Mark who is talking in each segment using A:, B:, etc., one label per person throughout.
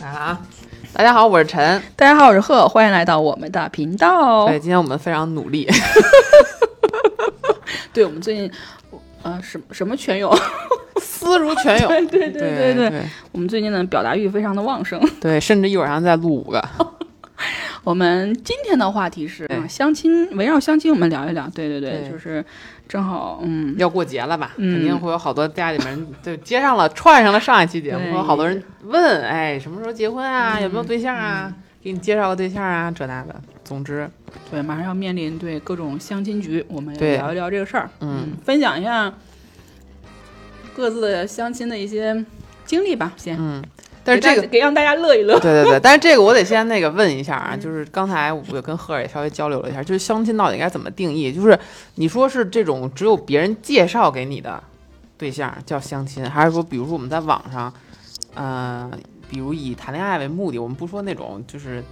A: 好，啊大家好，我是陈。
B: 大家好，我是贺，欢迎来到我们的频道。
A: 对，今天我们非常努力，
B: 对我们最近，呃，什么什么全有，
A: 思如泉涌。
B: 对 对对
A: 对
B: 对对
A: 对
B: 我们最近的表达欲非常的旺盛。
A: 对甚至一晚上再录五个。
B: 我们今天的话题是、
A: 对
B: 啊相亲，围绕相亲我们聊一聊。对对对，
A: 对
B: 就是正好，嗯，
A: 要过节了吧，
B: 嗯
A: 肯定会有好多家里面人就接上了，串上了上一期节目，
B: 对嗯
A: 会有好多人问，哎，什么时候结婚啊？有没有对象啊？给你介绍个对象啊，这那的。总之，
B: 对，马上要面临对各种相亲局，我们要
A: 对
B: 聊一聊这个事儿，
A: 嗯，
B: 分享一下各自的相亲的一些经历吧，先。
A: 但是
B: 给大
A: 这个
B: 给让大家乐一乐。
A: 对对 对，但是这个我得先那个问一下啊，
B: 嗯
A: 就是刚才我跟赫尔也稍微交流了一下，就是相亲到底应该怎么定义？就是你说是这种只有别人介绍给你的对象叫相亲，还是说比如说我们在网上，呃，比如以谈恋爱为目的，我们不说那种就是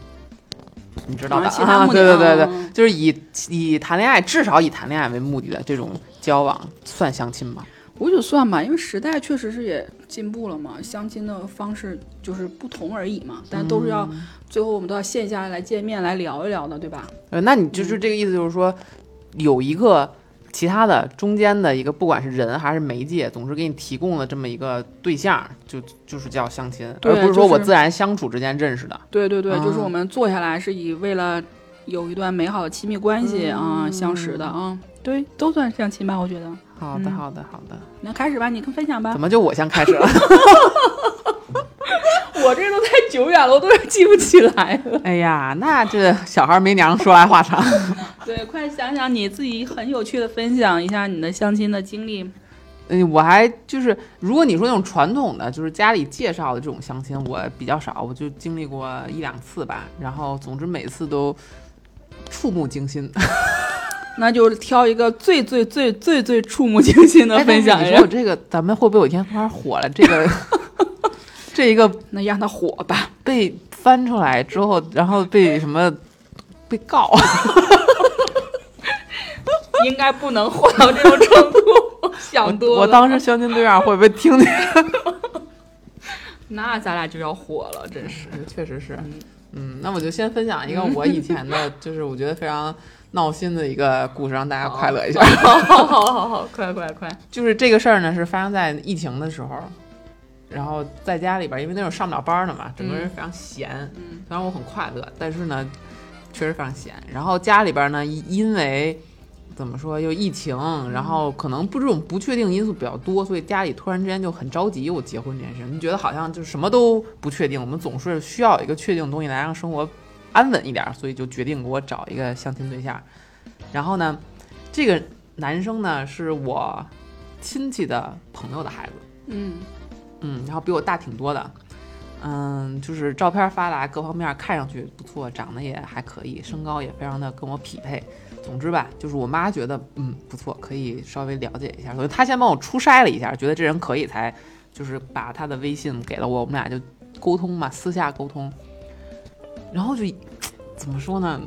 A: 你知道的
B: 啊其他目 的
A: 对对对
B: 啊
A: 对，就是以以谈恋爱，至少以谈恋爱为目的的这种交往算相亲吗？
B: 我就算吧，因为时代确实是也进步了嘛，相亲的方式就是不同而已嘛，但都是要、最后我们都要线下来见面来聊一聊的，对吧？
A: 呃，那你就是这个意思，就是说有一个其他的中间的一个，不管是人还是媒介，总之给你提供了这么一个对象，就就是叫相亲，
B: 对
A: 而不是说我
B: 就是
A: 自然相处之间认识的。
B: 对对对，
A: 啊
B: 就是我们坐下来是以为了有一段美好的亲密关系啊、相识的啊，对，都算相亲吧，我觉得。
A: 好的，好的，好的。
B: 那开始吧，你跟分享吧
A: 啊怎。么就我先开始了？
B: 我这都太久远了，我都有点记不起来了。
A: 哎呀，那 这小孩没娘，说来话 长。
B: 对，快想想你自己很有趣的分享一下你的相亲的经历。
A: 嗯，我还就是，如果你说那种传统的，就是家里介绍的这种相亲，我比较少，我就经历过一两次吧。然后，总之每次都触目惊心。
B: 那就是挑一个最最最最最触目惊心的
A: 哎但
B: 分
A: 是
B: 享一
A: 你
B: 下
A: 说我，这个，咱们会不会有一天突然火了？这 个，这一个
B: 那让它火吧。
A: 被翻出来之后，然后被什么被告？
B: 应该不能火到这种程度， 想多了。
A: 我当时相亲对象会不会听 见？
B: 那咱俩就要火了，真 是。
A: 确实是，嗯，那我就先分享一个我以前的，就是我觉得非常闹心的一个故事，让大家快乐一下。
B: 好好好好好，快快快！
A: 就是这个事儿呢，是发生在疫情的时候，然后在家里边儿，因为那时候上不了班儿了嘛，整个人非常闲。
B: 嗯
A: 虽然我很快乐，但是呢，确实非常闲。然后家里边儿呢，因因为怎么说，又疫情，然后可能不这种不确定因素比较多，所以家里突然之间就很着急我结婚这件事，你觉得好像就是什么都不确定，我们总是需要一个确定的东西来让生活安稳一点儿，所以就决定给我找一个相亲对象。然后呢，这个男生呢是我亲戚的朋友的孩子，
B: 嗯，
A: 嗯，然后比我大挺多的，嗯，就是照片发达，各方面看上去不错，长得也还可以，身高也非常的跟我匹配。总之吧，就是我妈觉得嗯不错，可以稍微了解一下，所以她先帮我初筛了一下，觉得这人可以才，就是把她的微信给了我，我们俩就沟通嘛，私下沟通，然后就怎么说呢，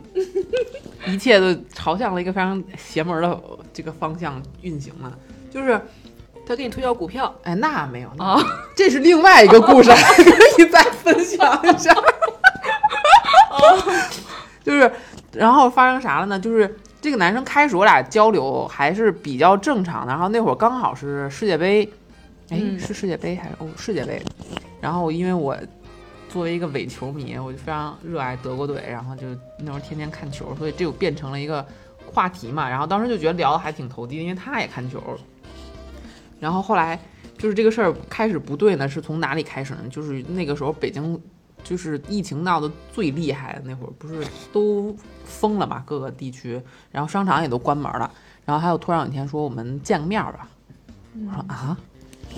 A: 一切都朝向了一个非常邪门的这个方向运行了，就是
B: 他给你推销股票
A: 哎那没有那没有
B: 啊，
A: 这是另外一个故事，可以再分享一下。 就是，然后发生啥了呢？就是这个男生开始我俩交流还是比较正常的，然后那会儿刚好是世界杯，哎，
B: 嗯
A: 是世界杯还是哦世界杯？然后因为我作为一个伪球迷，我就非常热爱德国队，然后就那时候天天看球，所以这就变成了一个话题嘛。然后当时就觉得聊的还挺投机，因为他也看球。然后后来就是这个事儿开始不对呢，是从哪里开始呢？就是那个时候北京就是疫情闹得最厉害的那会儿，不是都封了嘛，各个地区，然后商场也都关门了。然后还有突然有一天说我们见个面儿吧，我说啊，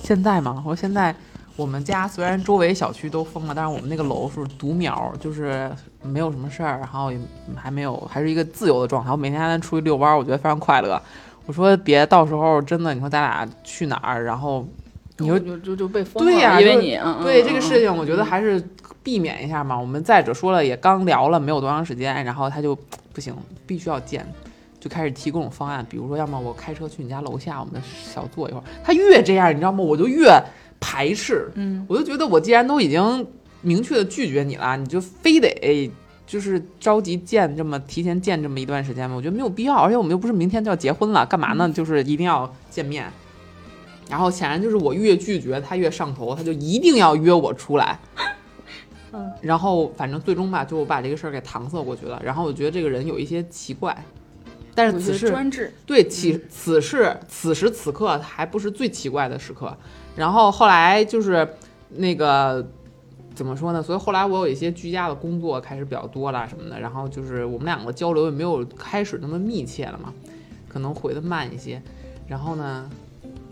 A: 现在吗？我说现在我们家虽然周围小区都封了，但是我们那个楼是独苗，就是没有什么事儿，然后也还没有，还是一个自由的状态。我每天还能出去遛弯儿，我觉得非常快乐。我说别到时候真的，你说咱俩去哪儿？然后你说
B: 我就就就被封
A: 对呀
B: 了，因为
A: 就
B: 你啊，嗯
A: 对
B: 嗯
A: 这个事情，我觉得还是避免一下嘛。我们再者说了，也刚聊了没有多长时间，然后他就不行，必须要见，就开始提各种方案，比如说，要么我开车去你家楼下，我们小坐一会儿。他越这样，你知道吗？我就越排斥，
B: 嗯，
A: 我就觉得我既然都已经明确的拒绝你了，你就非得就是着急见这么提前见这么一段时间吗？我觉得没有必要，而且我们又不是明天就要结婚了，干嘛
B: 嗯
A: 呢？就是一定要见面。然后显然就是我越拒绝他越上头，他就一定 要约我出来。
C: 嗯，
A: 然后反正最终吧，就我把这个事儿给搪塞过去了。然后我觉得这个人有一些奇怪，但是
B: 我觉
A: 此
B: 得
A: 事
B: 专制，
A: 对，此此事此时此刻还不是最奇怪的时刻。然后后来就是那个怎么说呢？所以后来我有一些居家的工作开始比较多啦什么的，然后就是我们两个交流也没有开始那么密切了嘛，可能回的慢一些。然后呢，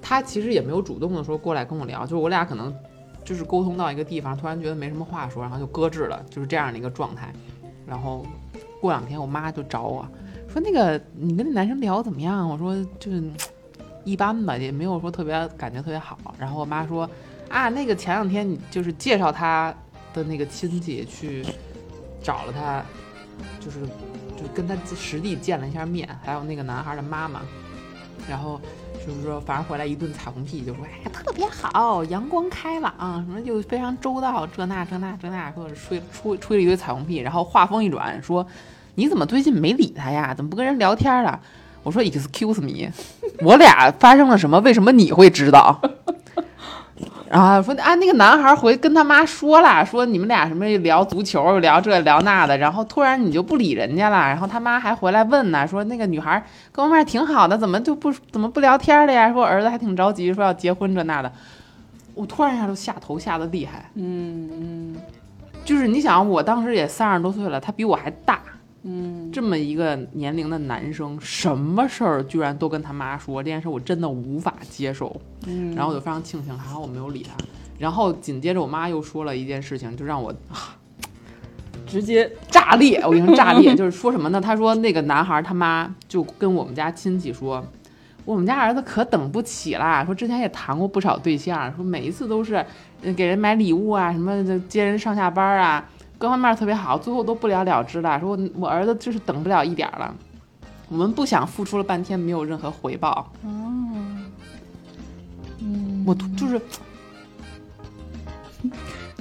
A: 他其实也没有主动的说过来跟我聊，就是我俩可能就是沟通到一个地方，突然觉得没什么话说，然后就搁置了，就是这样的一个状态。然后过两天我妈就找我说：“那个你跟那男生聊得怎么样？”我说：“就是嗯一般吧，也没有说特别感觉特别好。”然后我妈说：“啊，那个前两天你就是介绍他的那个亲戚去找了他，就是就跟他实地见了一下面，还有那个男孩的妈妈，然后。”就是说，反正回来一顿彩虹屁，就说哎呀特别好，阳光开朗，什么就非常周到，这那这那这那，说吹吹吹了一堆彩虹屁，然后话锋一转说，你怎么最近没理他呀？怎么不跟人聊天了？我说 Excuse me，我俩发生了什么？为什么你会知道？ 然后说啊，那个男孩回跟他妈说了，说你们俩什么聊足球，聊这聊那的，然后突然你就不理人家了，然后他妈还回来问呢，说那个女孩跟我妈挺好的，怎么就不怎么不聊天了呀？说儿子还挺着急，说要结婚这那的。我突然一下就下头下的厉害，
B: 嗯嗯
A: 就是你想，我当时也三十多岁了，他比我还大，
B: 嗯，
A: 这么一个年龄的男生，什么事儿居然都跟他妈说，这件事我真的无法接受。
B: 嗯
A: 然后我就非常庆幸，还好我没有理他。然后紧接着我妈又说了一件事情，就让我啊直接炸裂。我跟你说，炸裂就是说什么呢？她说那个男孩他妈就跟我们家亲戚说，我们家儿子可等不起啦，说之前也谈过不少对象，说每一次都是呃给人买礼物啊，什么的接人上下班啊，各方面特别好，最后都不了了之了。说我我儿子就是等不了一点儿了，我们不想付出了半天没有任何回报。
C: 嗯，
A: 我突就是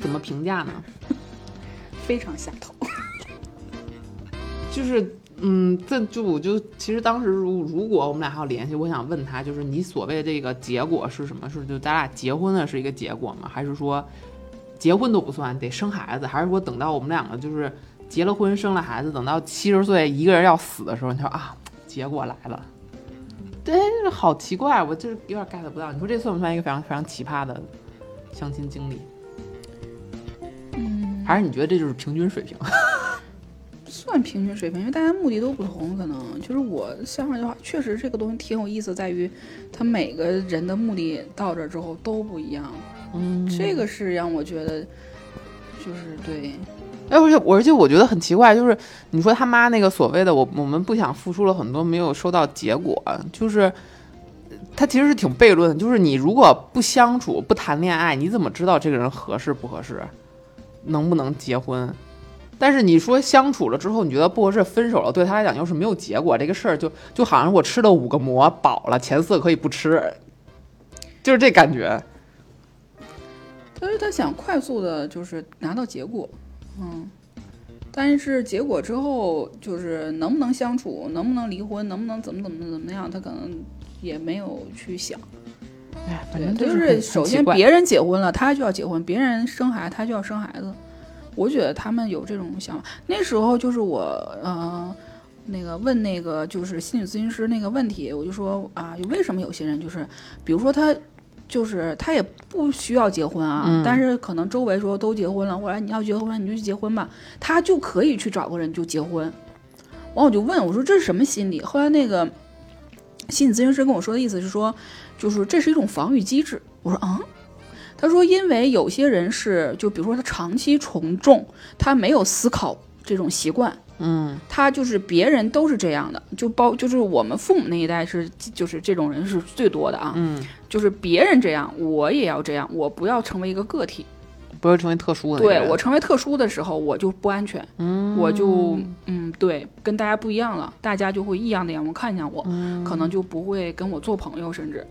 A: 怎么评价呢？
B: 非常下头，
A: 就是嗯，这就我就其实当时如如果我们俩还有联系，我想问他，就是你所谓的这个结果是什么？是就咱俩结婚的是一个结果吗？还是说结婚都不算，得生孩子？还是说等到我们两个就是结了婚生了孩子，等到七十岁一个人要死的时候，你说啊，结果来了。对，就是好奇怪，我就是有点 get 不到。你说这算不算一个非常非常奇葩的相亲经历？
C: 嗯，
A: 还是你觉得这就是平均水平？
B: 算平均水平，因为大家目的都不同，可能就是我想法的话，确实这个东西挺有意思，在于他每个人的目的到这儿之后都不一样，
A: 嗯
B: 这个是让我觉得就是对，
A: 哎，而且我而且我觉得很奇怪，就是你说他妈那个所谓的我我们不想付出了很多，没有收到结果，就是呃他其实是挺悖论的，就是你如果不相处不谈恋爱，你怎么知道这个人合适不合适，能不能结婚？但是你说相处了之后，你觉得不合适，分手了，对他来讲又是没有结果，这个事儿就就好像我吃了五个馍饱了，前四个可以不吃，就是这感觉。
B: 但是他想快速的，就是拿到结果，嗯，但是结果之后就是能不能相处，能不能离婚，能不能怎么怎么怎么样，他可能也没有去想。
A: 哎，反
B: 对，
A: 正
B: 他
A: 就
B: 就是
A: 很
B: 是首先，
A: 很奇怪
B: 别人结婚了，他就要结婚；别人生孩子，他就要生孩子。我觉得他们有这种想法。那时候就是我，呃，那个问那个就是心理咨询师那个问题，我就说啊，为什么有些人就是，比如说他。就是他也不需要结婚啊，
A: 嗯
B: 但是可能周围说都结婚了，或者你要结婚，你就去结婚吧，他就可以去找个人就结婚。完我就问我说这是什么心理？后来那个心理咨询师跟我说的意思是说，就是这是一种防御机制。我说啊，他说因为有些人是就比如说他长期从众，他没有思考这种习惯，
A: 嗯
B: 他就是别人都是这样的，就包就是我们父母那一代是就是这种人是最多的啊，
A: 嗯，
B: 就是别人这样我也要这样，我不要成为一个个体，
A: 不会成为特殊的那个人。
B: 对我成为特殊的时候我就不安全，我就嗯对跟大家
A: 嗯
B: 不一样了，大家就会异样的眼光看向我，可能就不会跟我做朋友，甚至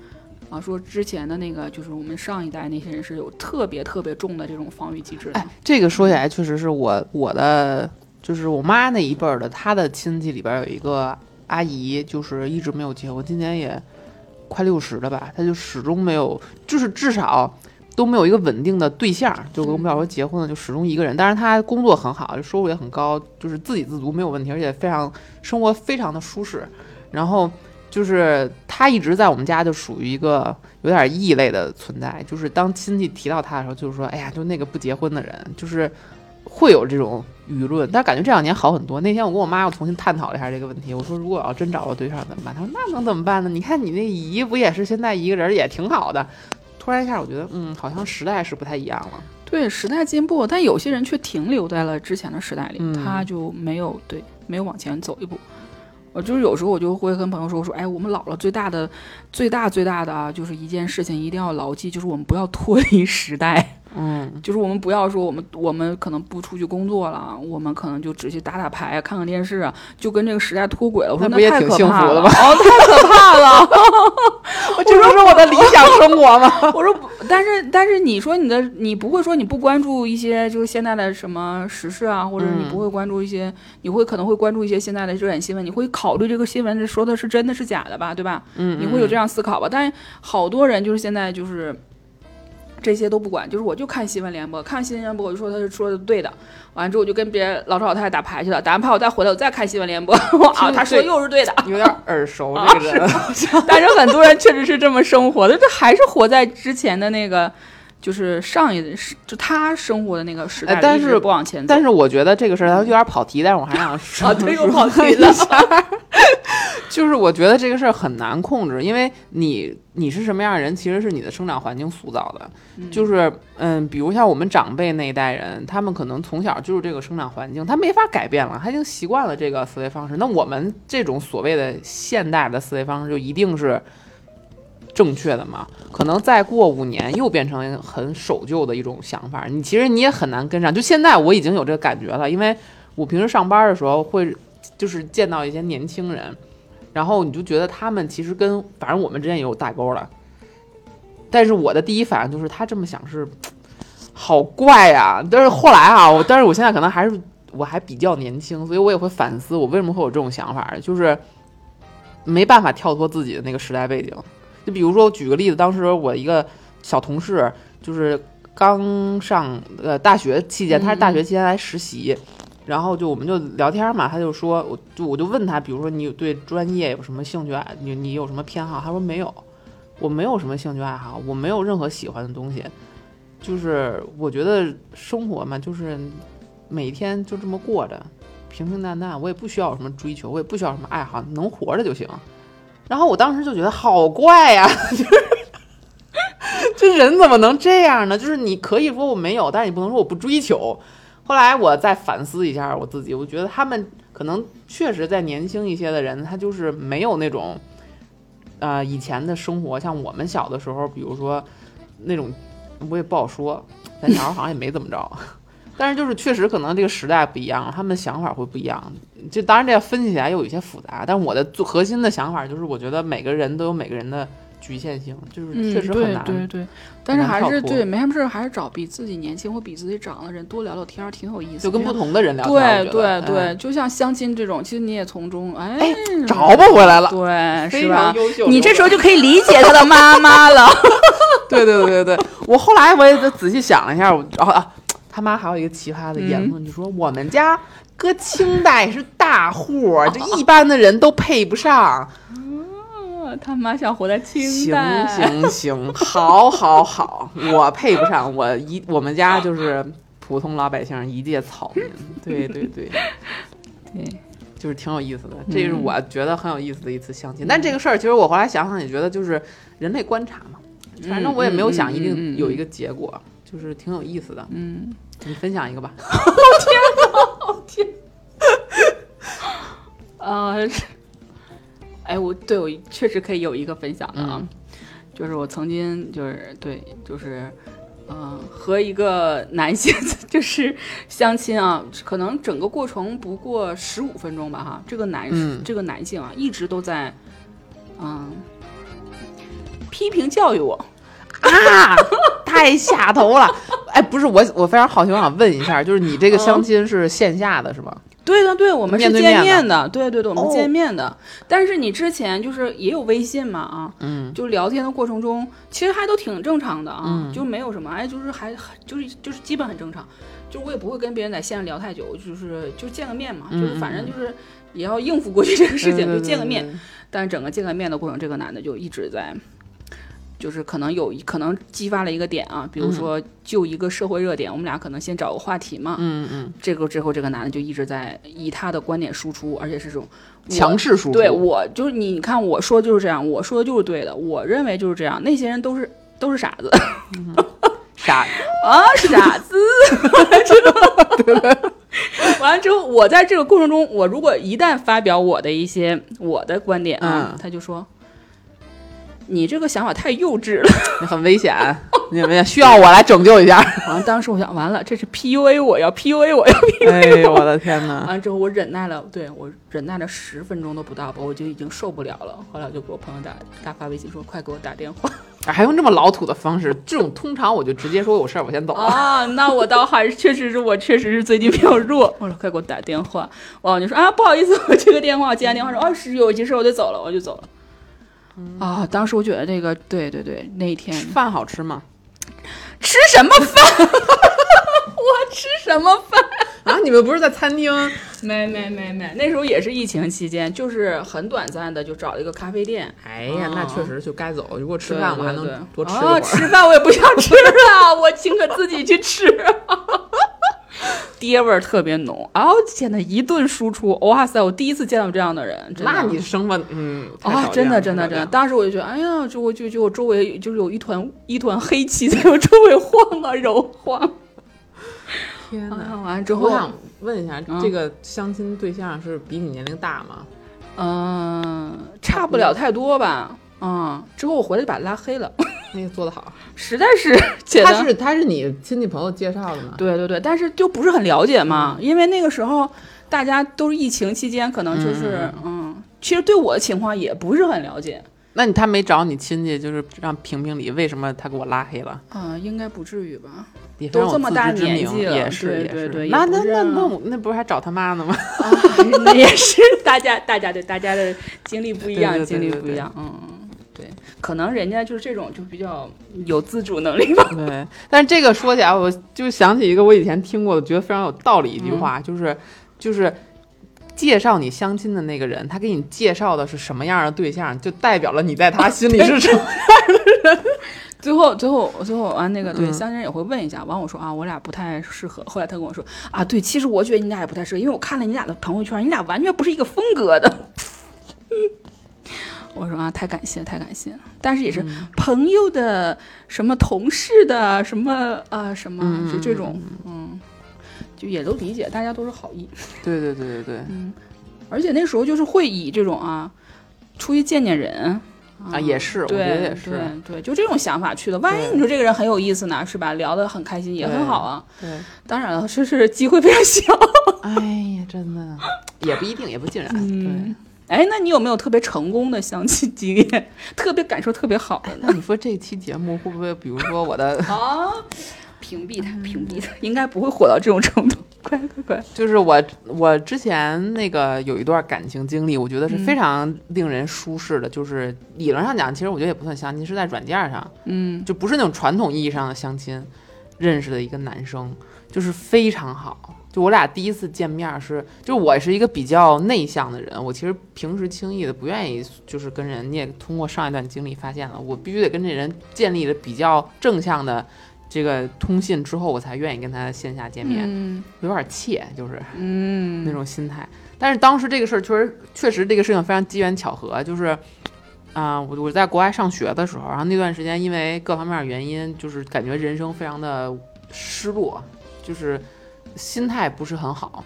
B: 啊，说之前的那个就是我们上一代那些人是有特别特别重的这种防御机制的。
A: 哎，这个说起来确实是我我的，就是我妈那一辈儿的，她的亲戚里边儿有一个阿姨，就是一直没有结婚，今年也快六十了吧，她就始终没有，就是至少都没有一个稳定的对象，就跟我们小时候结婚了，就始终一个人。但是她工作很好，收入也很高，就是自给自足没有问题，而且非常生活非常的舒适。然后就是她一直在我们家就属于一个。有点异类的存在，就是当亲戚提到他的时候，就是说，哎呀，就那个不结婚的人，就是会有这种舆论。但感觉这两年好很多。那天我跟我妈又重新探讨了一下这个问题，我说如果要真找个对象怎么办？她说那能怎么办呢？你看你那姨不也是现在一个人也挺好的。突然一下，我觉得，嗯，好像时代是不太一样了。
B: 对，时代进步，但有些人却停留在了之前的时代里，
A: 嗯
B: 他就没有对没有往前走一步。我就是有时候我就会跟朋友说，我说，哎，我们老了最大的、最大最大的啊，就是一件事情一定要牢记，就是我们不要脱离时代，
A: 嗯，
B: 就是我们不要说我们我们可能不出去工作了，啊我们可能就只去打打牌啊、看看电视啊，就跟这个时代脱轨了。我说
A: 那不也
B: 太
A: 挺
B: 可
A: 幸
B: 怕
A: 福的
B: 了
A: 吗？
B: 哦，太可 怕了。
A: 这不是我的理想生活吗？
B: 我说不，但是但是你说你的，你不会说你不关注一些就是现在的什么时事啊，或者你
A: 嗯
B: 不会关注一些，你会可能会关注一些现在的热点新闻，你会考虑这个新闻这说的是真的是假的吧，对吧？
A: 嗯
B: 你会有这样思考吧？但是好多人就是现在就是。这些都不管，就是我就看新闻联播，看新闻联播我就说他是说的对的，完之后我就跟别人老头老太太打牌去了，打完牌我再回来我再看新闻联播， 啊，他说的又是对的，
A: 有点耳熟这个人。
B: 但是很多人确实是这么生活的，这还是活在之前的那个，就是上一就他生活的那个时代
A: 哎
B: 里，
A: 但
B: 一直
A: 是
B: 不往前走。
A: 但是我觉得这个事儿它有点跑题，但是我还想说，
B: 啊对又跑题了
A: 说一下。 就是我觉得这个事儿很难控制，因为你你是什么样的人，其实是你的生长环境塑造的。
B: 嗯
A: 就是嗯，比如像我们长辈那一代人，他们可能从小就是这个生长环境，他没法改变了，他已经习惯了这个思维方式。那我们这种所谓的现代的思维方式，就一定是正确的嘛？可能再过五年又变成很守旧的一种想法，你其实你也很难跟上。就现在我已经有这个感觉了，因为我平时上班的时候会就是见到一些年轻人，然后你就觉得他们其实跟反正我们之间也有代沟了，但是我的第一反应就是他这么想是好怪呀、但是后来啊，我但是我现在可能还是我还比较年轻，所以我也会反思我为什么会有这种想法，就是没办法跳脱自己的那个时代背景。就比如说，我举个例子，当时我一个小同事，就是刚上呃大学期间，他是大学期间来实习，然后就我们就聊天嘛，他就说，我就我就问他，比如说你有对专业有什么兴趣啊？你你有什么偏好？他说没有，我没有什么兴趣爱好，我没有任何喜欢的东西，就是我觉得生活嘛，就是每天就这么过着，平平淡淡，我也不需要有什么追求，我也不需要什么爱好，能活着就行。然后我当时就觉得好怪呀、就是 这人怎么能这样呢？就是你可以说我没有，但是你不能说我不追求。后来我再反思一下我自己，我觉得他们可能确实在年轻一些的人，他就是没有那种，呃，以前的生活，像我们小的时候，比如说那种，我也不好说，咱小时候好像也没怎么着。 但是就是确实可能这个时代不一样，他们想法会不一样，就当然这分析起来又有一些复杂，但我的最核心的想法就是，我觉得每个人都有每个人的局限性，就是
B: 嗯，
A: 确实很
B: 对
A: 难。
B: 对对，但是还
A: 很
B: 是
A: 难跳脱
B: 对，没什么事儿，还是找比自己年轻或比自己长的人多聊聊天儿，挺有意思。
A: 就跟
B: 这
A: 不
B: 样
A: 同的人聊天儿。
B: 对
A: 我觉得嗯
B: 对对，，就像相亲这种，其实你也从中哎
A: 哎，找不回来了，
B: 对，是
A: 非
B: 吧
A: 常？优秀。
B: 你这时候就可以理解他的妈妈了。
A: 对对对对 对，我后来我也得仔细想了一下，我然后啊，他妈还有一个奇葩的言论，就说我们家搁清代是大户儿，就一般的人都配不上。
B: 他妈想活在清
A: 行
B: 代，
A: 行行，好好好，我配不上，我一我们家就是普通老百姓，一介草民。对对对。
B: 对。
A: 就是挺有意思
B: 嗯
A: 的，这是我觉得很有意思的一次相亲。但这个事儿，其实我后来想想也觉得，就是人类观察嘛。反正我也没有想一
B: 嗯嗯
A: 定
B: 嗯
A: 有一个结果，就是挺有意思的。
B: 嗯，
A: 你分享一个吧。
B: 呃， 是哎，我对我确实可以有一个分享的啊，
A: 嗯
B: 就是我曾经就是对就是。嗯，和一个男性 就是相亲啊，可能整个过程不过十五分钟吧，哈。这个男、
A: 嗯
B: 这个男性啊，一直都在，嗯，批评教育我，
A: 啊， 太下头了！哎，不是我，我非常好奇，我想问一下，就是你这个相亲是线下的是吗？
B: 对的，对，我们是
A: 面对
B: 见
A: 面
B: 面的，对对对，我们
A: 哦
B: 见面的。但是你之前就是也有微信嘛啊，嗯，就聊天的过程中，其实还都挺正常的啊，
A: 嗯
B: 就没有什么，哎，就是还就是就是基本很正常，就我也不会跟别人在线上聊太久，就是就见个面嘛，
A: 嗯
B: 就是反正就是也要应付过去这个事情，就见个面。但是整个见个面的过程，这个男的就一直在，就是可能有可能激发了一个点啊，比如说就一个社会热点，我们俩可能先找个话题嘛，
A: 嗯嗯，
B: 这个之后，这个男的就一直在以他的观点输出，而且是这种我
A: 强势输出，
B: 对我就是你看我说就是这样，我说的就是对的，我认为就是这样，那些人都是都是傻子
A: 傻，
B: 啊，傻子。完了之后，我在这个过程中，我如果一旦发表我的一些我的观点啊，
A: 嗯
B: 他就说你这个想法太幼稚了。
A: 你很危险，啊 你们也需要我来拯救一下。
B: 完了，当时我想，完了，这是 PUA 我要 PUA 我要。
A: 哎呦，我的天哪！
B: 完了之后，我忍耐了，对我忍耐了十分钟都不到吧，我就已经受不了了。后来我就给我朋友打打发微信说，快给我打电话
A: 还用这么老土的方式？这种通常我就直接说我有事儿，我先走了。
B: 啊！那我倒还是确实是我确实是最近比较 弱。我说快给我打电话，完我就说啊不好意思，我接个电话，接完电话说哦是有急事我得走了，我就走了。啊！当时我觉得这个，对对对，那一天
A: 吃饭好吃吗？
B: 吃什么饭？ 我吃什么饭？
A: 啊，你们不是在餐厅？
B: 没没没没，那时候也是疫情期间，就是很短暂的就找了一个咖啡店，
A: 哎呀，那确实就该走。如果吃
B: 对
A: 饭，我
B: 对
A: 还
B: 对
A: 能多吃一会
B: 哦，
A: 儿。
B: 吃饭我也不想吃了，我请可自己去吃。爹味儿特别浓，然后天呐，一顿输出，哇塞！我第一次见到这样的人，真的
A: 那你生吧，嗯，太
B: 啊，
A: 少
B: 真
A: 见
B: 的
A: 了
B: 真的
A: 太少见
B: 真的，
A: 了
B: 当时我就觉得，哎呀，就我就就我周围就是有一团一团黑气在我周围晃啊揉晃，
A: 天哪！
B: 啊，完了之
A: 我
B: 后，
A: 想问一下，
B: 嗯
A: 这个相亲对象是比你年龄大吗？
B: 嗯、差不了太多吧，嗯，之后我回来就把他拉黑了，
A: 那个做得好，
B: 实在是 觉得
A: 他是他是你亲戚朋友介绍的吗？
B: 对对对，但是就不是很了解
A: 嗯
B: 嘛，因为那个时候大家都是疫情期间，可能就是嗯其实对我的情况也不是很了解，
A: 那你他没找你亲戚，就是让评评理，为什么他给我拉黑了？
B: 嗯、应该不至于吧？
A: 也
B: 都
A: 非常有
B: 这么大
A: 自知之
B: 年
A: 明
B: 纪了
A: 也是
B: 对
A: 也
B: 对
A: 是
B: 对也
A: 那
B: 不
A: 那
B: 是
A: 那
B: 啊
A: 那我那不是还找他妈呢吗？
B: 啊， 那也是大家大家对大家的经历不一样，
A: 对对对
B: 经历
A: 对
B: 不
A: 对
B: 一样，嗯嗯。嗯对，可能人家就是这种就比较有自主能力吧。
A: 对，但是这个说起来，我就想起一个我以前听过的，觉得非常有道理一
B: 嗯
A: 句话，就是就是介绍你相亲的那个人，他给你介绍的是什么样的对象，就代表了你在他心里是什么。
B: 最后，最后，最后啊完那个对，
A: 嗯
B: 相亲人也会问一下。完我说啊，我俩不太适合。后来他跟我说啊，对，其实我觉得你俩也不太适合，因为我看了你俩的朋友圈，你俩完全不是一个风格的。 我说啊，太感谢，太感谢。但是也是朋友的什么同事的什么啊什么，就这种，嗯，就也都理解，大家都是好意。
A: 对 对对对对，
B: 而且那时候就是会以这种啊，出去见见人
A: 啊也是我
B: 对
A: 觉得也是
B: 嗯对对，就这种想法去的。万一
A: 对
B: 你说这个人很有意思呢，是吧？聊得很开心，也很好啊。
A: 对，
B: 当然了，就是机会非常小。
A: 哎呀，真的也不一定，也不尽然。对。
B: 哎，那你有没有特别成功的相亲经验？特别感受特别好 的呢？
A: 那你说这期节目会不会，比如说我的，
B: 啊，屏蔽他，屏蔽他，应该不会火到这种程度。快快快！
A: 就是我我之前那个有一段感情经历，我觉得是
B: 嗯
A: 非常令人舒适的。就是理论上讲，其实我觉得也不算相亲，是在软件上，
B: 嗯，
A: 就不是那种传统意义上的相亲，认识的一个男生，就是非常好。就我俩第一次见面是，就我是一个比较内向的人，我其实平时轻易的不愿意就是跟人，你也通过上一段经历发现了，我必须得跟这人建立了比较正向的这个通信之后，我才愿意跟他线下见面，
B: 嗯
A: 有点怯，就是那
B: 嗯
A: 种心态。但是当时这个事儿确实确实这个事情非常机缘巧合，就是啊、我我在国外上学的时候，然后那段时间因为各方面的原因，就是感觉人生非常的失落，就是心态不是很好，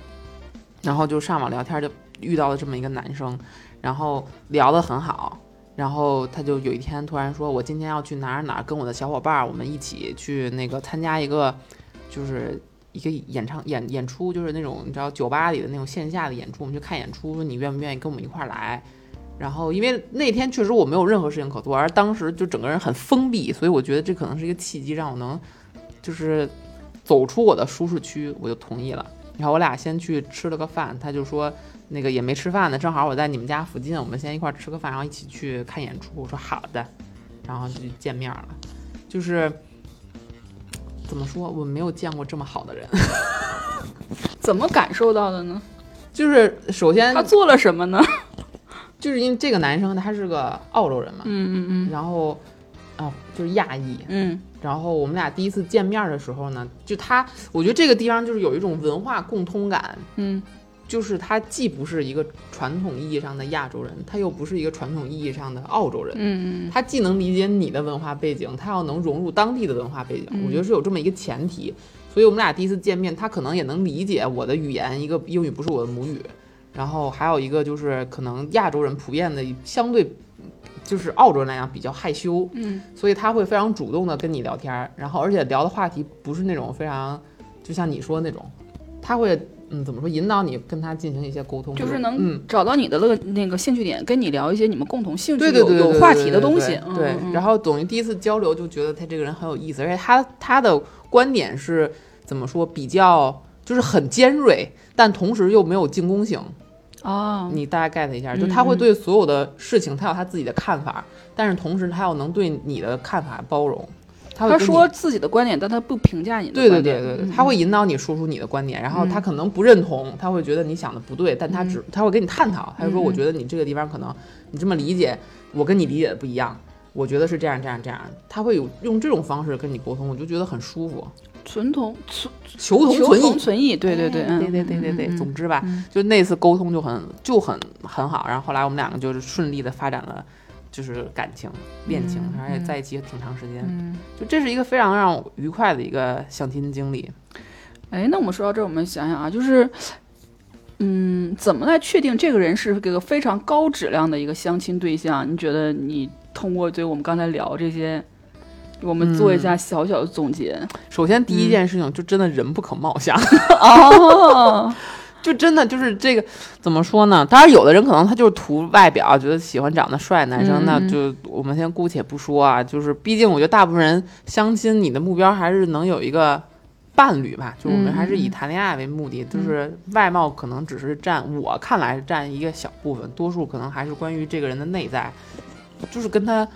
A: 然后就上网聊天就遇到了这么一个男生，然后聊得很好。然后他就有一天突然说：“我今天要去哪儿哪儿，跟我的小伙伴儿我们一起去那个参加一个，就是一个演唱演演出，就是那种你知道酒吧里的那种线下的演出，我们去看演出，说你愿不愿意跟我们一块儿来？然后因为那天确实我没有任何事情可做，而当时就整个人很封闭，所以我觉得这可能是一个契机，让我能就是走出我的舒适区，我就同意了。然后我俩先去吃了个饭，他就说那个也没吃饭呢，正好我在你们家附近，我们先一块儿吃个饭，然后一起去看演出。我说好的，然后就见面了。就是怎么说，我没有见过这么好的人。
B: 怎么感受到的呢？
A: 就是首先
B: 他做了什么呢？
A: 就是因为这个男生他是个澳洲人嘛，
B: 嗯嗯
A: 然后啊、就是亚裔，
B: 嗯
A: 然后我们俩第一次见面的时候呢，就他，我觉得这个地方就是有一种文化共通感，
B: 嗯
A: 就是他既不是一个传统意义上的亚洲人，他又不是一个传统意义上的澳洲人，
B: 嗯嗯
A: 他既能理解你的文化背景，他要能融入当地的文化背景，
B: 嗯
A: 我觉得是有这么一个前提。所以我们俩第一次见面，他可能也能理解我的语言，一个英语不是我的母语，然后还有一个就是可能亚洲人普遍的相对就是澳洲人来讲比较害羞，
B: 嗯
A: 所以他会非常主动的跟你聊天儿，然后而且聊的话题不是那种非常，就像你说的那种，他会嗯怎么说引导你跟他进行一些沟通，
B: 就是
A: 比如
B: 能
A: 嗯。
B: 找到你的乐那个兴趣点，跟你聊一些你们共同兴趣
A: 对
B: 有
A: 对对，对
B: 有话题的东西
A: 对。对对
B: 嗯，
A: 然
B: 后
A: 后等于第一次交流就觉得他这个人很有意思，而且他他的观点是怎么说，比较就是很尖锐，但同时又没有进攻性。
B: 哦，
A: 你大概 get 一下，
B: 嗯
A: 就他会对所有的事情他有他自己的看法，但是同时他又能对你的看法包容。他会
B: 他
A: 跟你
B: 说自己的观点，但他不评价你的
A: 对对
B: 观
A: 对
B: 点。
A: 对
B: 嗯
A: 对，他会引导你说出你的观点，然后
B: 嗯
A: 他可能不认同，他会觉得你想的不对，但他只他会跟你探讨，他就说
B: 嗯嗯
A: 我觉得你这个地方可能你这么理解，我跟你理解的不一样，我觉得是这样这样这样，他会有用这种方式跟你沟通，我就觉得很舒服，
B: 存同存
A: 求同
B: 求
A: 存
B: 同
A: 异。
B: 存异，对对对，
A: 哎
B: 嗯
A: 对对对对对，
B: 嗯嗯
A: 总之吧
B: 嗯，
A: 就那次沟通就很就很很好，然后后来我们两个就是顺利的发展了，就是感情、恋情
B: 嗯，
A: 而且
B: 嗯
A: 在一起也挺长时间，
B: 嗯。
A: 就这是一个非常让我愉快的一个相亲经历。
B: 哎，那我们说到这儿，我们想想啊，就是，嗯，怎么来确定这个人是这个非常高质量的一个相亲对象？你觉得你通过对我们刚才聊这些，我们做一下
A: 嗯
B: 小小的 总结、
A: 首先第一件事情，就真的人不可貌相，
B: 哦。
A: 就真的就是这个怎么说呢？当然，有的人可能他就是图外表，觉得喜欢长得帅的男生，
B: 嗯
A: 那就我们先姑且不说啊。就是毕竟我觉得大部分人相亲，你的目标还是能有一个伴侣吧，就我们还是以谈恋爱为目
B: 嗯
A: 的，就是外貌可能只是占我看来是占一个小部分，多数可能还是关于这个人的内在，就是跟他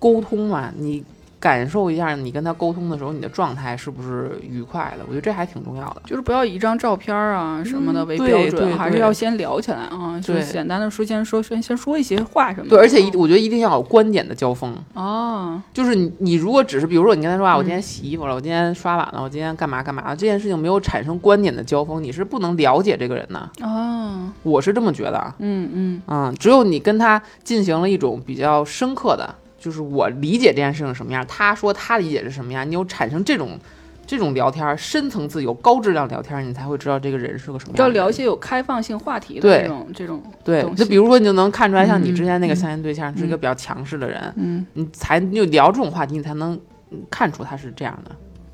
A: 沟通嘛，你。感受一下你跟他沟通的时候，你的状态是不是愉快的？我觉得这还挺重要的。
B: 就是不要以一张照片儿啊什么的为
A: 嗯
B: 标
A: 对对
B: 准，还是
A: 对
B: 要先聊起来啊。就是
A: 对
B: 简单的说，先说先先说一些话什么的。
A: 对，而且一我觉得一定要有观点的交锋。
B: 哦，
A: 就是你，你如果只是比如说你跟他说啊，我今
B: 嗯
A: 天洗衣服了，我今天刷碗了，我今天干嘛干嘛，这件事情没有产生观点的交锋，你是不能了解这个人的。
B: 哦，
A: 我是这么觉得啊，
B: 嗯嗯
A: 嗯，只有你跟他进行了一种比较深刻的，就是我理解这件事情什么样，他说他理解是什么样，你有产生这种这种聊天，深层次有高质量聊天，你才会知道这个人是个什么样的
B: 要
A: 人。
B: 聊一些有开放性话题的
A: 嗯对
B: 这种这种，
A: 对
B: 东，
A: 就
B: 西
A: 比如说你就能看出来，像你
B: 嗯
A: 之前那个
B: 嗯
A: 相亲对象是一个比较强势的人，
B: 嗯
A: 你才你就聊这种话题，你才能嗯看出他是这样的。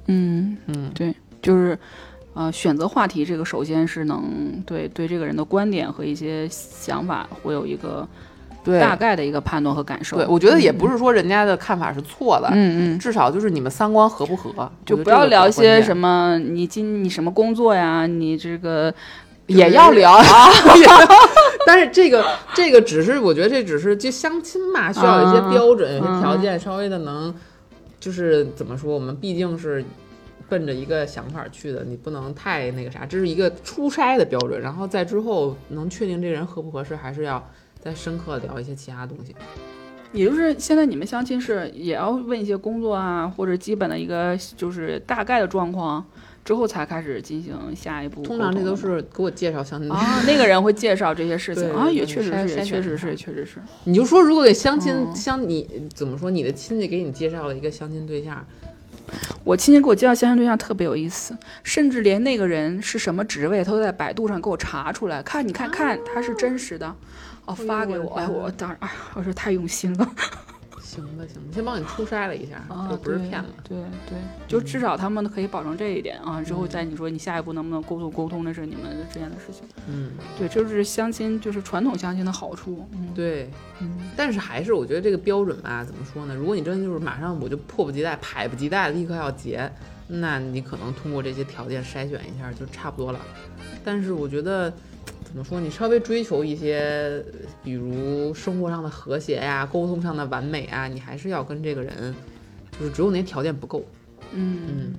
B: 嗯。
A: 嗯，
B: 就是，呃，选择话题这个，首先是能对对这个人的观点和一些想法会有一个
A: 对，
B: 大概的一个判断和感受。
A: 对，我觉得也
B: 嗯
A: 不是说人家的看法是错的，
B: 嗯嗯，
A: 至少就是你们三观合不合，
B: 就
A: 我觉得
B: 不
A: 这
B: 要
A: 个
B: 聊一
A: 比较关
B: 些
A: 键
B: 什么你今你什么工作呀，你这个就是
A: 也要聊啊， 也要但是这个这个只是我觉得这只是就相亲嘛，需要有一些
B: 嗯
A: 标准、有些
B: 嗯
A: 条件，稍微的能就是怎么说，我们毕竟是。奔着一个想法去的，你不能太那个啥，这是一个初筛的标准。然后在之后能确定这个人合不合适，还是要再深刻地聊一些其他东西。
B: 也就是现在你们相亲是也要问一些工作啊，或者基本的一个就是大概的状况之后才开始进行下一步沟
A: 通
B: 通的吗。
A: 常这都是给我介绍相亲的
B: 啊，那个人会介绍这些事情
A: 对
B: 啊，
A: 对
B: 也
A: 对
B: 确实
A: 筛
B: 是，也
A: 筛
B: 确
A: 选
B: 实是，
A: 一
B: 也确实是。
A: 你就说，如果给相亲、
B: 嗯
A: 相你怎么说，你的亲戚给你介绍了一个相亲对象，
B: 我亲戚给我介绍相亲对象特别有意思，甚至连那个人是什么职位，他都在百度上给我查出来，看你看看他是真实的，
A: 啊
B: 哦
A: 哎呦
B: 发给
A: 我的
B: 我，哎
A: 天
B: 我当时哎呀，我说太用心了，
A: 行的行的，先帮你初筛了一下，
B: 啊，
A: 就不是
B: 对
A: 骗了。嗯
B: 对对，就至少他们可以保证这一点啊。之后再你说你下一步能不能沟通沟通，那是你们之间的事情。
A: 嗯，
B: 对，这就是相亲，就是传统相亲的好处。嗯，
A: 对。
B: 嗯，
A: 但是还是我觉得这个标准吧，怎么说呢？如果你真的就是马上我就迫不及待、迫不及待地立刻要结，那你可能通过这些条件筛选一下就差不多了。但是我觉得怎么说，你稍微追求一些，比如生活上的和谐呀、沟通上的完美啊，你还是要跟这个人，就是只有那些条件不够，
B: 嗯，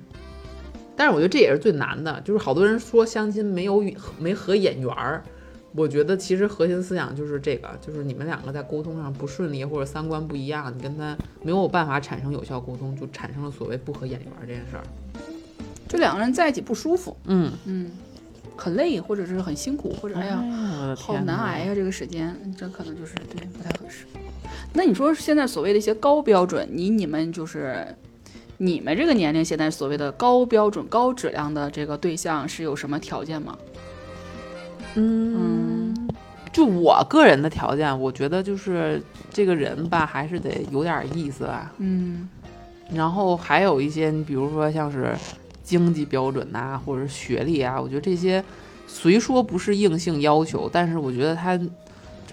A: 但是我觉得这也是最难的，就是好多人说相亲没有没合眼缘儿，我觉得其实核心思想就是这个，就是你们两个在沟通上不顺利或者三观不一样，你跟他没有办法产生有效沟通，就产生了所谓不合眼缘儿这件事儿。
B: 就两个人在一起不舒服，
A: 嗯，
B: 嗯，很累，或者是很辛苦，或者哎呀，
A: 呀
B: 好难挨呀、这个时间，嗯这可能就是对不太合适。那你说现在所谓的一些高标准，你你们就是你们这个年龄现在所谓的高标准、高质量的这个对象是有什么条件吗？
A: 嗯，就我个人的条件，我觉得就是这个人吧，还是得有点意思啊吧。
B: 嗯
A: 然后还有一些，你比如说像是经济标准呐、或者是学历啊，我觉得这些虽说不是硬性要求，但是我觉得他这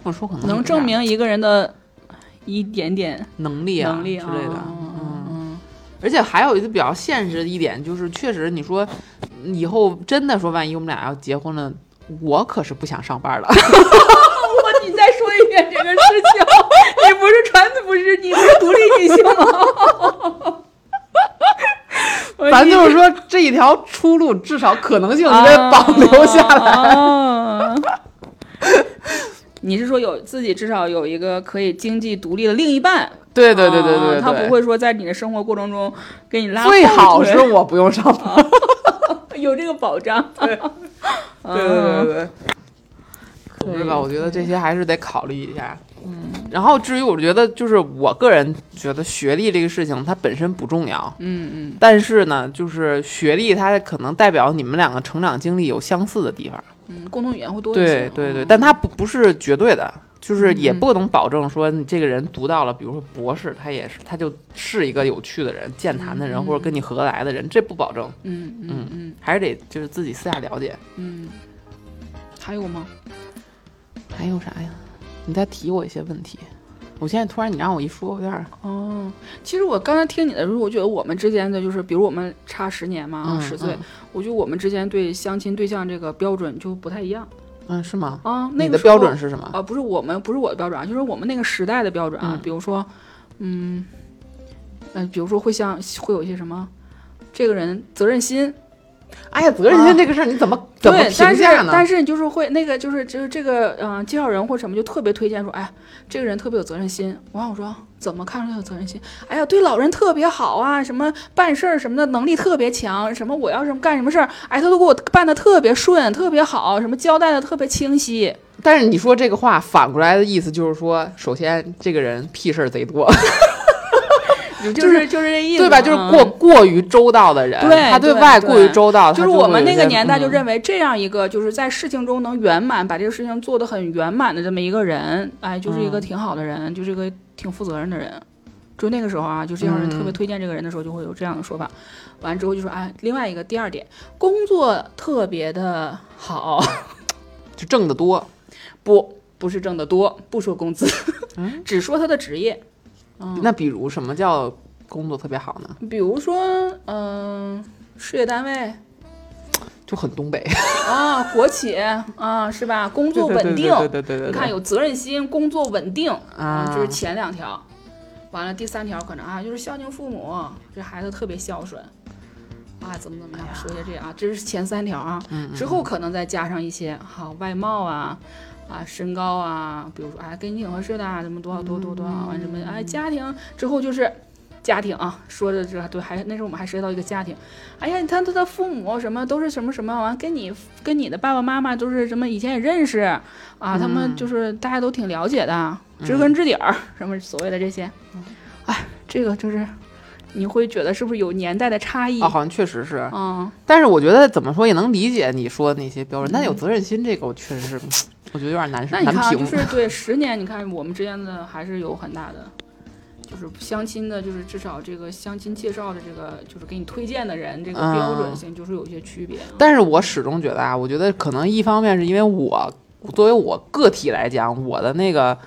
A: 么说可能有
B: 嗯
A: 点
B: 能证明一个人的一点点
A: 能力啊
B: 能力啊
A: 之类的。
B: 嗯
A: 嗯，
B: 嗯
A: 而且还有一个比较现实的一点就是，确实你说以后真的说，万一我们俩要结婚了。我可是不想上班了，
B: 你再说一遍这个事情，你不是传，不是你不是独立女性吗？
A: 咱就是说这一条出路至少可能性你得保留下来。
B: 来。哦你是说有自己至少有一个可以经济独立的另一半？
A: 对对对对对
B: 啊
A: 对，
B: 他不会说在你的生活过程中给你拉后腿
A: 最好是我不用上班。
B: 有这个保障。
A: 对对对对对，可
B: 可
A: 是
B: 以
A: 吧？我觉得这些还是得考虑一下。嗯，然后至于我觉得，就是我个人觉得学历这个事情它本身不重要，
B: 嗯嗯
A: 但是呢，就是学历它可能代表你们两个成长经历有相似的地方。
B: 嗯，共同语言会多一些
A: 对。对对，但它不不是绝对的。就是也
B: 哦嗯
A: 不能保证说你这个人读到了，比如说博士，他也是他就是一个有趣的人、健谈的人，或者跟你合得来的人，这不保证，
B: 嗯嗯嗯
A: 还是得就是自己私下了解。
B: 嗯，还有吗？
A: 还有啥呀？你再提我一些问题。我现在突然你让我一说，我有点儿
B: 哦，其实我刚才听你的时候，我觉得我们之间的就是，比如我们差十年嘛，啊
A: 嗯
B: 十、岁
A: 嗯，
B: 我觉得我们之间对相亲对象这个标准就不太一样
A: 嗯，是吗？
B: 啊。那
A: 你
B: 个
A: 的
B: 时
A: 标
B: 候
A: 准是什么？
B: 啊，不是我们，不是我的标准啊，就是我们那个时代的标准啊。
A: 嗯
B: 比如说，嗯，呃，比如说会像会有一些什么，这个人责任心，
A: 哎呀，责
B: 啊
A: 任心这个事儿你怎么、怎么
B: 对，
A: 评
B: 但是
A: 价呢？
B: 但是你就是会那个就是就是这个嗯、呃介绍人或什么就特别推荐说，哎，这个人特别有责任心。完我说怎么看出来有责任心？哎呀，对老人特别好啊，什么办事儿什么的能力特别强，什么我要什么干什么事儿，哎，他都给我办的特别顺，特别好，什么交代的特别清晰。
A: 但是你说这个话反过来的意思就是说，首先这个人屁事儿贼多，
B: 就是就是这意思，
A: 对吧？就是过、
B: 嗯
A: 过于周到的人，
B: 对
A: 他
B: 对
A: 外
B: 对
A: 过于周到，
B: 就
A: 他
B: 是
A: 会
B: 我们
A: 有
B: 那
A: 一
B: 个
A: 些
B: 年代就
A: 嗯
B: 认为这样一个就是在事情中能圆满，把这个事情做得很圆满的这么一个人，哎，就是一个
A: 嗯
B: 挺好的人，就是一个挺负责任的人。就那个时候啊，就这样人
A: 嗯
B: 特别推荐这个人的时候，就会有这样的说法。完之后就说，哎，另外一个第二点，工作特别的好，
A: 就挣得多，
B: 不不是挣得多，不说工资，
A: 嗯
B: 只说他的职业。
A: 那比如什么叫工作特别好呢？
B: 比如说，嗯、事业单位
A: 就很东北，
B: 啊，国企啊，是吧？工作
A: 对对对
B: 稳定，
A: 对对对对对，
B: 你看有责任心，工作稳定，
A: 啊，
B: 这是前两条。完了第三条可能啊，就是孝敬父母，这孩子特别孝顺，啊，怎么怎么样，说一下这啊，这是前三条啊。
A: 哎嗯
B: 之后可能再加上一些好、外貌啊。啊，身高啊，比如说，哎，跟你挺合适的啊，什么多少多多多少啊，什么，
A: 嗯
B: 哎，家庭之后就是家庭啊，说的这对，还那时候我们还涉及到一个家庭，哎呀，他他的父母什么都是什么什么，完跟你跟你的爸爸妈妈都是什么以前也认识啊，他们就是大家都挺了解的，知根知底儿，什么所谓的这些，哎，这个就是你会觉得是不是有年代的差异？
A: 啊，好像确实是，
B: 嗯，
A: 但是我觉得怎么说也能理解你说的那些标准，但有责任心这个，我确实是，我觉得有点难
B: 那
A: 难
B: 你看啊，
A: 评。
B: 就是对十年，你看我们之间的还是有很大的就是相亲的，就是至少这个相亲介绍的这个，就是给你推荐的人，这个标准性就是有一些区别啊。
A: 但是我始终觉得啊，我觉得可能一方面是因为我作为我个体来讲，我的那个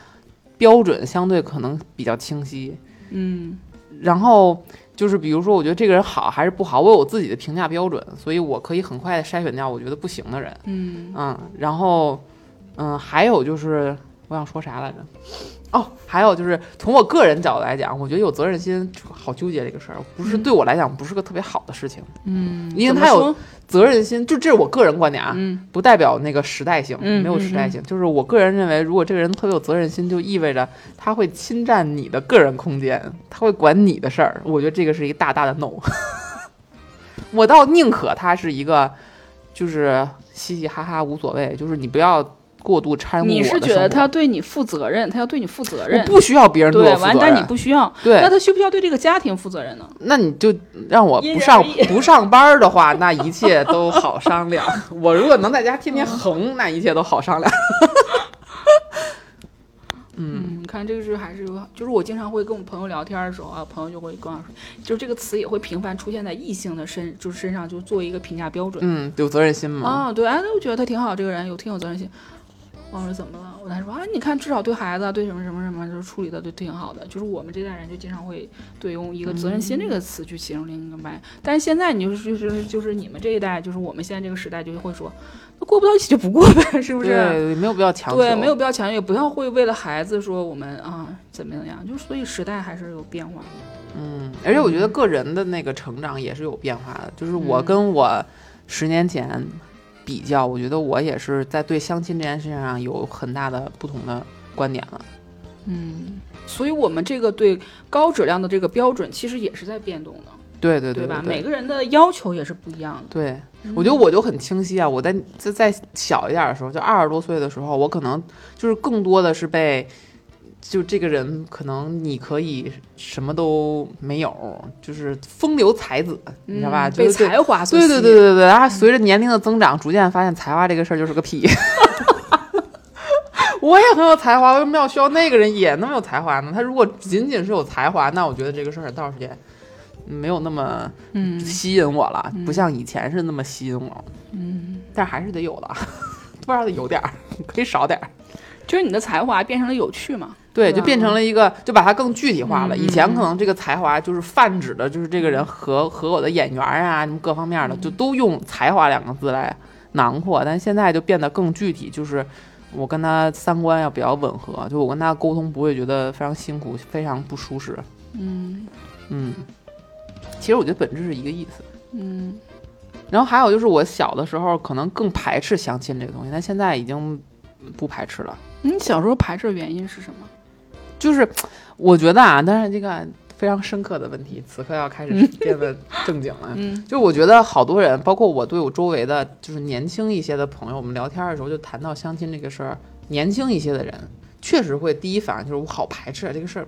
A: 标准相对可能比较清晰，
B: 嗯
A: 然后就是比如说，我觉得这个人好还是不好，我有我自己的评价标准，所以我可以很快的筛选掉我觉得不行的人，
B: 嗯
A: 嗯，然后嗯，还有就是我想说啥来着？哦，还有就是从我个人角度来讲，我觉得有责任心好纠结这个事儿，不是对我来讲不是个特别好的事情，
B: 嗯，
A: 因为
B: 怎么
A: 他有
B: 说
A: 责任心，就这是我个人观点啊，
B: 嗯
A: 不代表那个时代性，
B: 嗯
A: 没有时代性。就是我个人认为，如果这个人特别有责任心，就意味着他会侵占你的个人空间，他会管你的事儿。我觉得这个是一个大大的 no。我倒宁可他是一个，就是嘻嘻哈哈无所谓，就是你不要过度掺和我的
D: 你是觉得
A: 生活
D: 他对你负责任，他要对你负责
A: 我
D: 任，
A: 不需要别人对
D: 对
A: 我，负
D: 完
A: 责
D: 但你
A: 任
D: 不需要，
A: 对
D: 那，他需不需要对这个家庭负责任呢？
A: 那你就让我
E: 因
A: 不
E: 人
A: 上
E: 而异
A: 不上班儿的话，那一切都好商量。 我如果能在家天天横，那一切都好商量。嗯，
B: 嗯，看这个是还是有，就是我经常会跟我朋友聊天的时候啊，朋友就会跟我说，就这个词也会频繁出现在异性的身，就是身上，就做一个评价标准。
A: 嗯，有责任心嘛？
B: 啊，对，哎，那我觉得他挺好，这个人有挺有责任心。我说怎么了？我他说啊，你看至少对孩子、对什么什么什么，就是处理的都挺好的。就是我们这代人就经常会对用一个责任心这
A: 嗯
B: 个词去形容另一个白。但是现在你就是就是就是你们这一代，就是我们现在这个时代，就会说，那过不到一起就不过呗，是不是？
A: 对，没有必要强求。
B: 对，没有。必要强求，也不要会为了孩子说我们啊怎么怎么样，就是所以时代还是有变化的。
A: 嗯，而且我觉得个人的那个成长也是有变化的。就是我
B: 嗯
A: 跟我十年前比较，我觉得我也是在对相亲这件事情上有很大的不同的观点了。
B: 嗯，所以我们这个对高质量的这个标准其实也是在变动的，
A: 对对
B: 吧？嗯
A: 对
B: 每个人的要求也是不一样的。
A: 对。我觉得我就很清晰啊，我在在在小一点的时候，就二十多岁的时候，我可能就是更多的是被，就这个人可能你可以什么都没有，就是风流才子，你知道吧？
B: 嗯
A: 就
B: 被
A: 是对
B: 才华所
A: 对
B: 吸
A: 对
B: 引。
A: 对对对，
B: 嗯
A: 啊，随着年龄的增长，逐渐发现才华这个事儿就是个屁。 我也很有才华，为什么要需要那个人也那么有才华呢？他如果仅仅是有才华，那我觉得这个事儿倒是也没有那么
B: 嗯
A: 吸引我了，不像以前是那么吸引我，
B: 嗯，
A: 但还是得有 的，多少得有点儿，可以少点儿。
B: 就是你的才华变成了有趣嘛。
A: 对，
B: 对
A: 就变成了一个，就把它更具体化了。
B: 嗯
A: 以前可能这个才华就是泛指的，就是这个人和和我的眼缘啊，什么各方面的，
B: 嗯
A: 就都用才华两个字来囊括。但现在就变得更具体，就是我跟他三观要比较吻合，就我跟他沟通不会觉得非常辛苦，非常不舒适。
B: 嗯
A: 嗯，其实我觉得本质是一个意思。
B: 嗯
A: 然后还有就是我小的时候可能更排斥相亲这个东西，但现在已经不排斥了。
B: 你小时候排斥的原因是什么？
A: 就是我觉得啊，但是这个非常深刻的问题，此刻要开始变得正经了。
B: 嗯
A: 就我觉得好多人，包括我对我周围的，就是年轻一些的朋友，我们聊天的时候就谈到相亲这个事儿，年轻一些的人确实会第一反应就是我好排斥啊，这个事儿。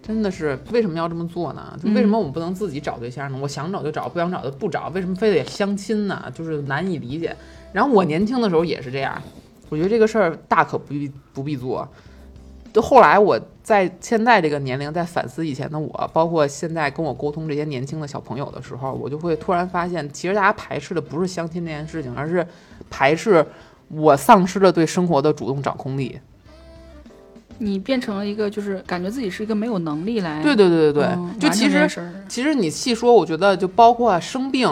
A: 真的是为什么要这么做呢？就为什么我们不能自己找对象呢？我想找就找，不想找就不找，为什么非得相亲呢？就是难以理解。然后我年轻的时候也是这样，我觉得这个事儿大可不必不必做。就后来我在现在这个年龄，在反思以前的我，包括现在跟我沟通这些年轻的小朋友的时候，我就会突然发现，其实大家排斥的不是相亲这件事情，而是排斥我丧失了对生活的主动掌控力。
B: 你变成了一个，就是感觉自己是一个没有能力来
A: 对对对对对，
B: 嗯
A: 就
B: 完
A: 其实
B: 成这件事儿
A: 其实你细说，我觉得就包括生病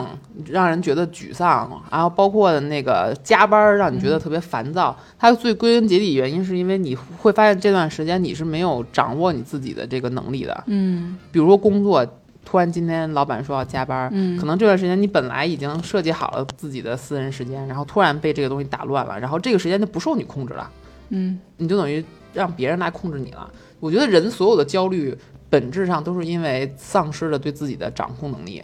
A: 让人觉得沮丧，然后包括那个加班让你觉
B: 嗯
A: 得特别烦躁，它最归根结底原因是因为你会发现这段时间你是没有掌握你自己的这个能力的。
B: 嗯
A: 比如说工作，突然今天老板说要加班，
B: 嗯
A: 可能这段时间你本来已经设计好了自己的私人时间，然后突然被这个东西打乱了，然后这个时间就不受你控制了，
B: 嗯
A: 你就等于让别人来控制你了。我觉得人所有的焦虑本质上都是因为丧失了对自己的掌控能力，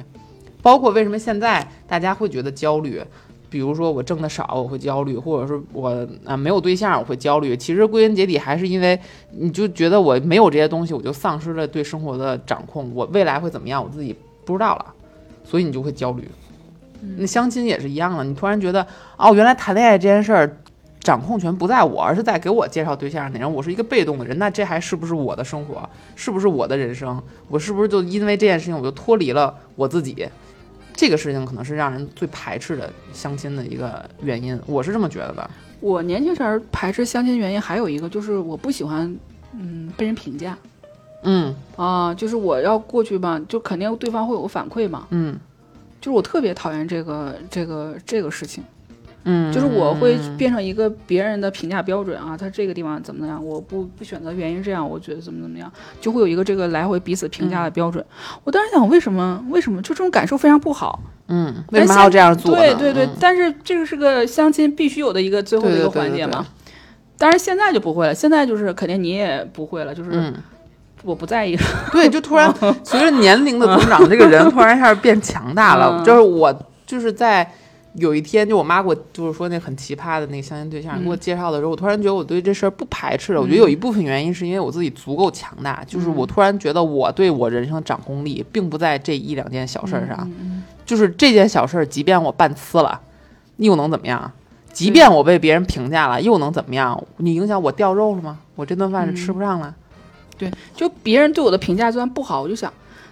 A: 包括为什么现在大家会觉得焦虑。比如说我挣的少，我会焦虑，或者是我啊、没有对象，我会焦虑。其实归根结底还是因为你就觉得我没有这些东西，我就丧失了对生活的掌控，我未来会怎么样，我自己不知道了，所以你就会焦虑。那相亲也是一样的，你突然觉得哦，原来谈恋爱这件事儿掌控权不在我，而是在给我介绍对象那人，我是一个被动的人，那这还是不是我的生活？是不是我的人生？我是不是就因为这件事情我就脱离了我自己？这个事情可能是让人最排斥的相亲的一个原因，我是这么觉得的。
B: 我年轻时候排斥相亲的原因还有一个就是我不喜欢，嗯，被人评价
A: 嗯
B: 啊、就是我要过去吧，就肯定对方会有个反馈嘛，
A: 嗯
B: 就是我特别讨厌这个这个这个事情，
A: 嗯，
B: 就是我会变成一个别人的评价标准啊，他这个地方怎么怎么样，我不不选择原因是这样，我觉得怎么怎么样，就会有一个这个来回彼此评
A: 嗯
B: 价的标准。我当时想，为什么为什么就这种感受非常不好？
A: 嗯，为什么还要这样做呢？
B: 对对对，
A: 嗯
B: 但是这个是个相亲必须有的一个最后的一
A: 对
B: 个
A: 对对
B: 环
A: 对
B: 节嘛
A: 对。
B: 但是现在就不会了，现在就是肯定你也不会了，就是
A: 嗯，
B: 我不在意。
A: 对，就突然随着年龄的增长，这个人突然一下变强大了。
B: 嗯
A: 就是我就是在有一天，就我妈给我就是说那很奇葩的那个相亲对象
B: 嗯
A: 给我介绍的时候，我突然觉得我对这事儿不排斥了。我觉得有一部分原因是因为我自己足够强大，就是
B: 嗯
A: 我突然觉得我对我人生的掌控力并不在这一两件小事儿
B: 嗯
A: 上，就是这件小事儿，即便我办呲了，又能怎么样？即便我被别人评价了，又能怎么样？你影响我掉肉了吗？我这顿饭是吃不上了。
B: 嗯 就别人对我的评价虽然不好，我就想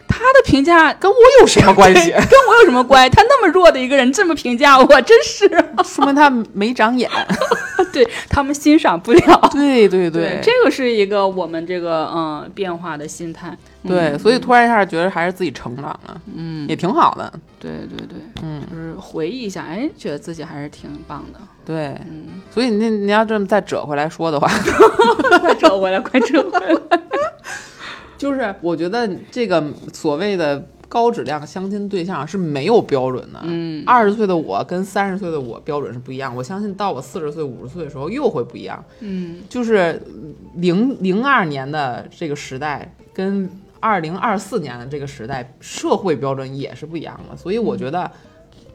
B: 他的评价
A: 跟我有什么关系？啊
B: 跟我有什么关系？他那么弱的一个人这么评价我， 真是啊
A: 说明他没长 眼。
B: 对他们欣赏不了。
A: 对对
B: 这个是一个我们这个嗯变化的心态。
A: 对，所以突然一下觉得还是自己成长了，
B: 嗯，
A: 也挺好的。
B: 对对对，
A: 嗯，
B: 就是回忆一下，哎，觉得自己还是挺棒的。
A: 对，
B: 嗯，
A: 所以你你要这么再折回来说的话，
B: 快折回来，快折回 来。
A: 就是我觉得这个所谓的高质量相亲对象是没有标准的。
B: 嗯，
A: 二十岁的我跟三十岁的我标准是不一样，我相信到我四十岁、五十岁的时候又会不一样。
B: 嗯，
A: 就是零零二年的这个时代跟二零二四年的这个时代，社会标准也是不一样的，所以我觉得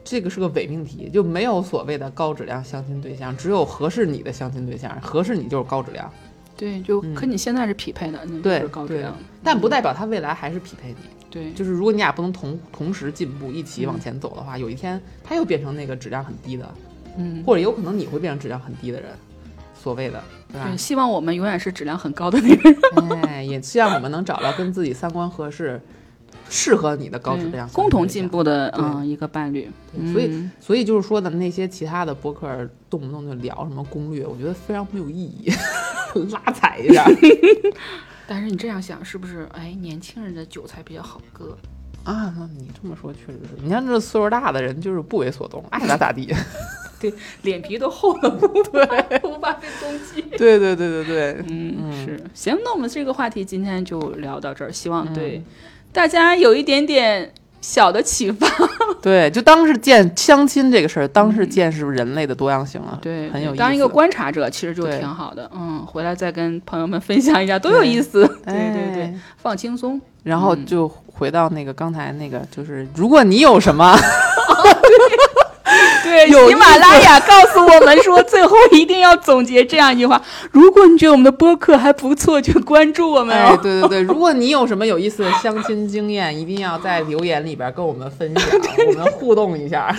A: 这个是个伪命题，就没有所谓的高质量相亲对象，只有合适你的相亲对象，合适你就是高质量，
B: 对，就
A: 嗯
B: 跟你现在是匹配的，那就
A: 对
B: 是高质
A: 对
B: 量。
A: 但不代表他未来还是匹配你。
B: 对，
A: 就是如果你俩不能同同时进步，一起往前走的话，有一天他又变成那个质量很低的，
B: 嗯，
A: 或者有可能你会变成质量很低的人，所谓的，对吧？
B: 对，希望我们永远是质量很高的那个人。
A: 哎，也希望我们能找到跟自己三观合适、适合你的高质量
B: 对，嗯共同进
A: 步。
B: 步的
A: 对
B: 嗯一个伴侣。
A: 对所以
B: 嗯
A: 所以就是说的那些其他的播客，动不动就聊什么攻略，我觉得非常没有意义， 拉踩一下
B: 但是你这样想是不是？哎，年轻人的韭菜比较好割。
A: 啊。那你这么说确实是，你看这岁数大的人就是不为所动，爱咋咋地。
B: 脸皮都厚了，无 法无法被攻击。
A: 对对对对对，
B: 嗯，
A: 嗯
B: 是行，那我们这个话题今天就聊到这儿，希望对、大家有一点点小的启发。
A: 对，就当是见相亲这个事儿，当是见识人类的多样性了，
B: 嗯 对，
A: 很有意思。
B: 当一个观察者其实就
A: 对
B: 挺好的。嗯，回来再跟朋友们分享一下，多有意思。 对
A: 哎
B: 对对，放轻松。
A: 然后
B: 嗯
A: 就回到那个刚才那个，就是如果你有什么。
B: 对，
A: 有
B: 喜马拉雅告诉我们说，最后一定要总结这样一句话：如果你觉得我们的播客还不错，就关注我们
A: 哎，
B: 哦。
A: 对对对，如果你有什么有意思的相亲经验，一定要在留言里边跟我们分享，我们互动一下。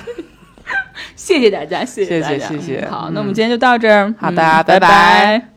B: 谢谢大家，谢
A: 谢谢
B: 大家。
A: 谢谢
B: 嗯好，
A: 嗯
B: 那我们今天就到这儿。
A: 好的
B: 嗯
A: 拜拜
B: 拜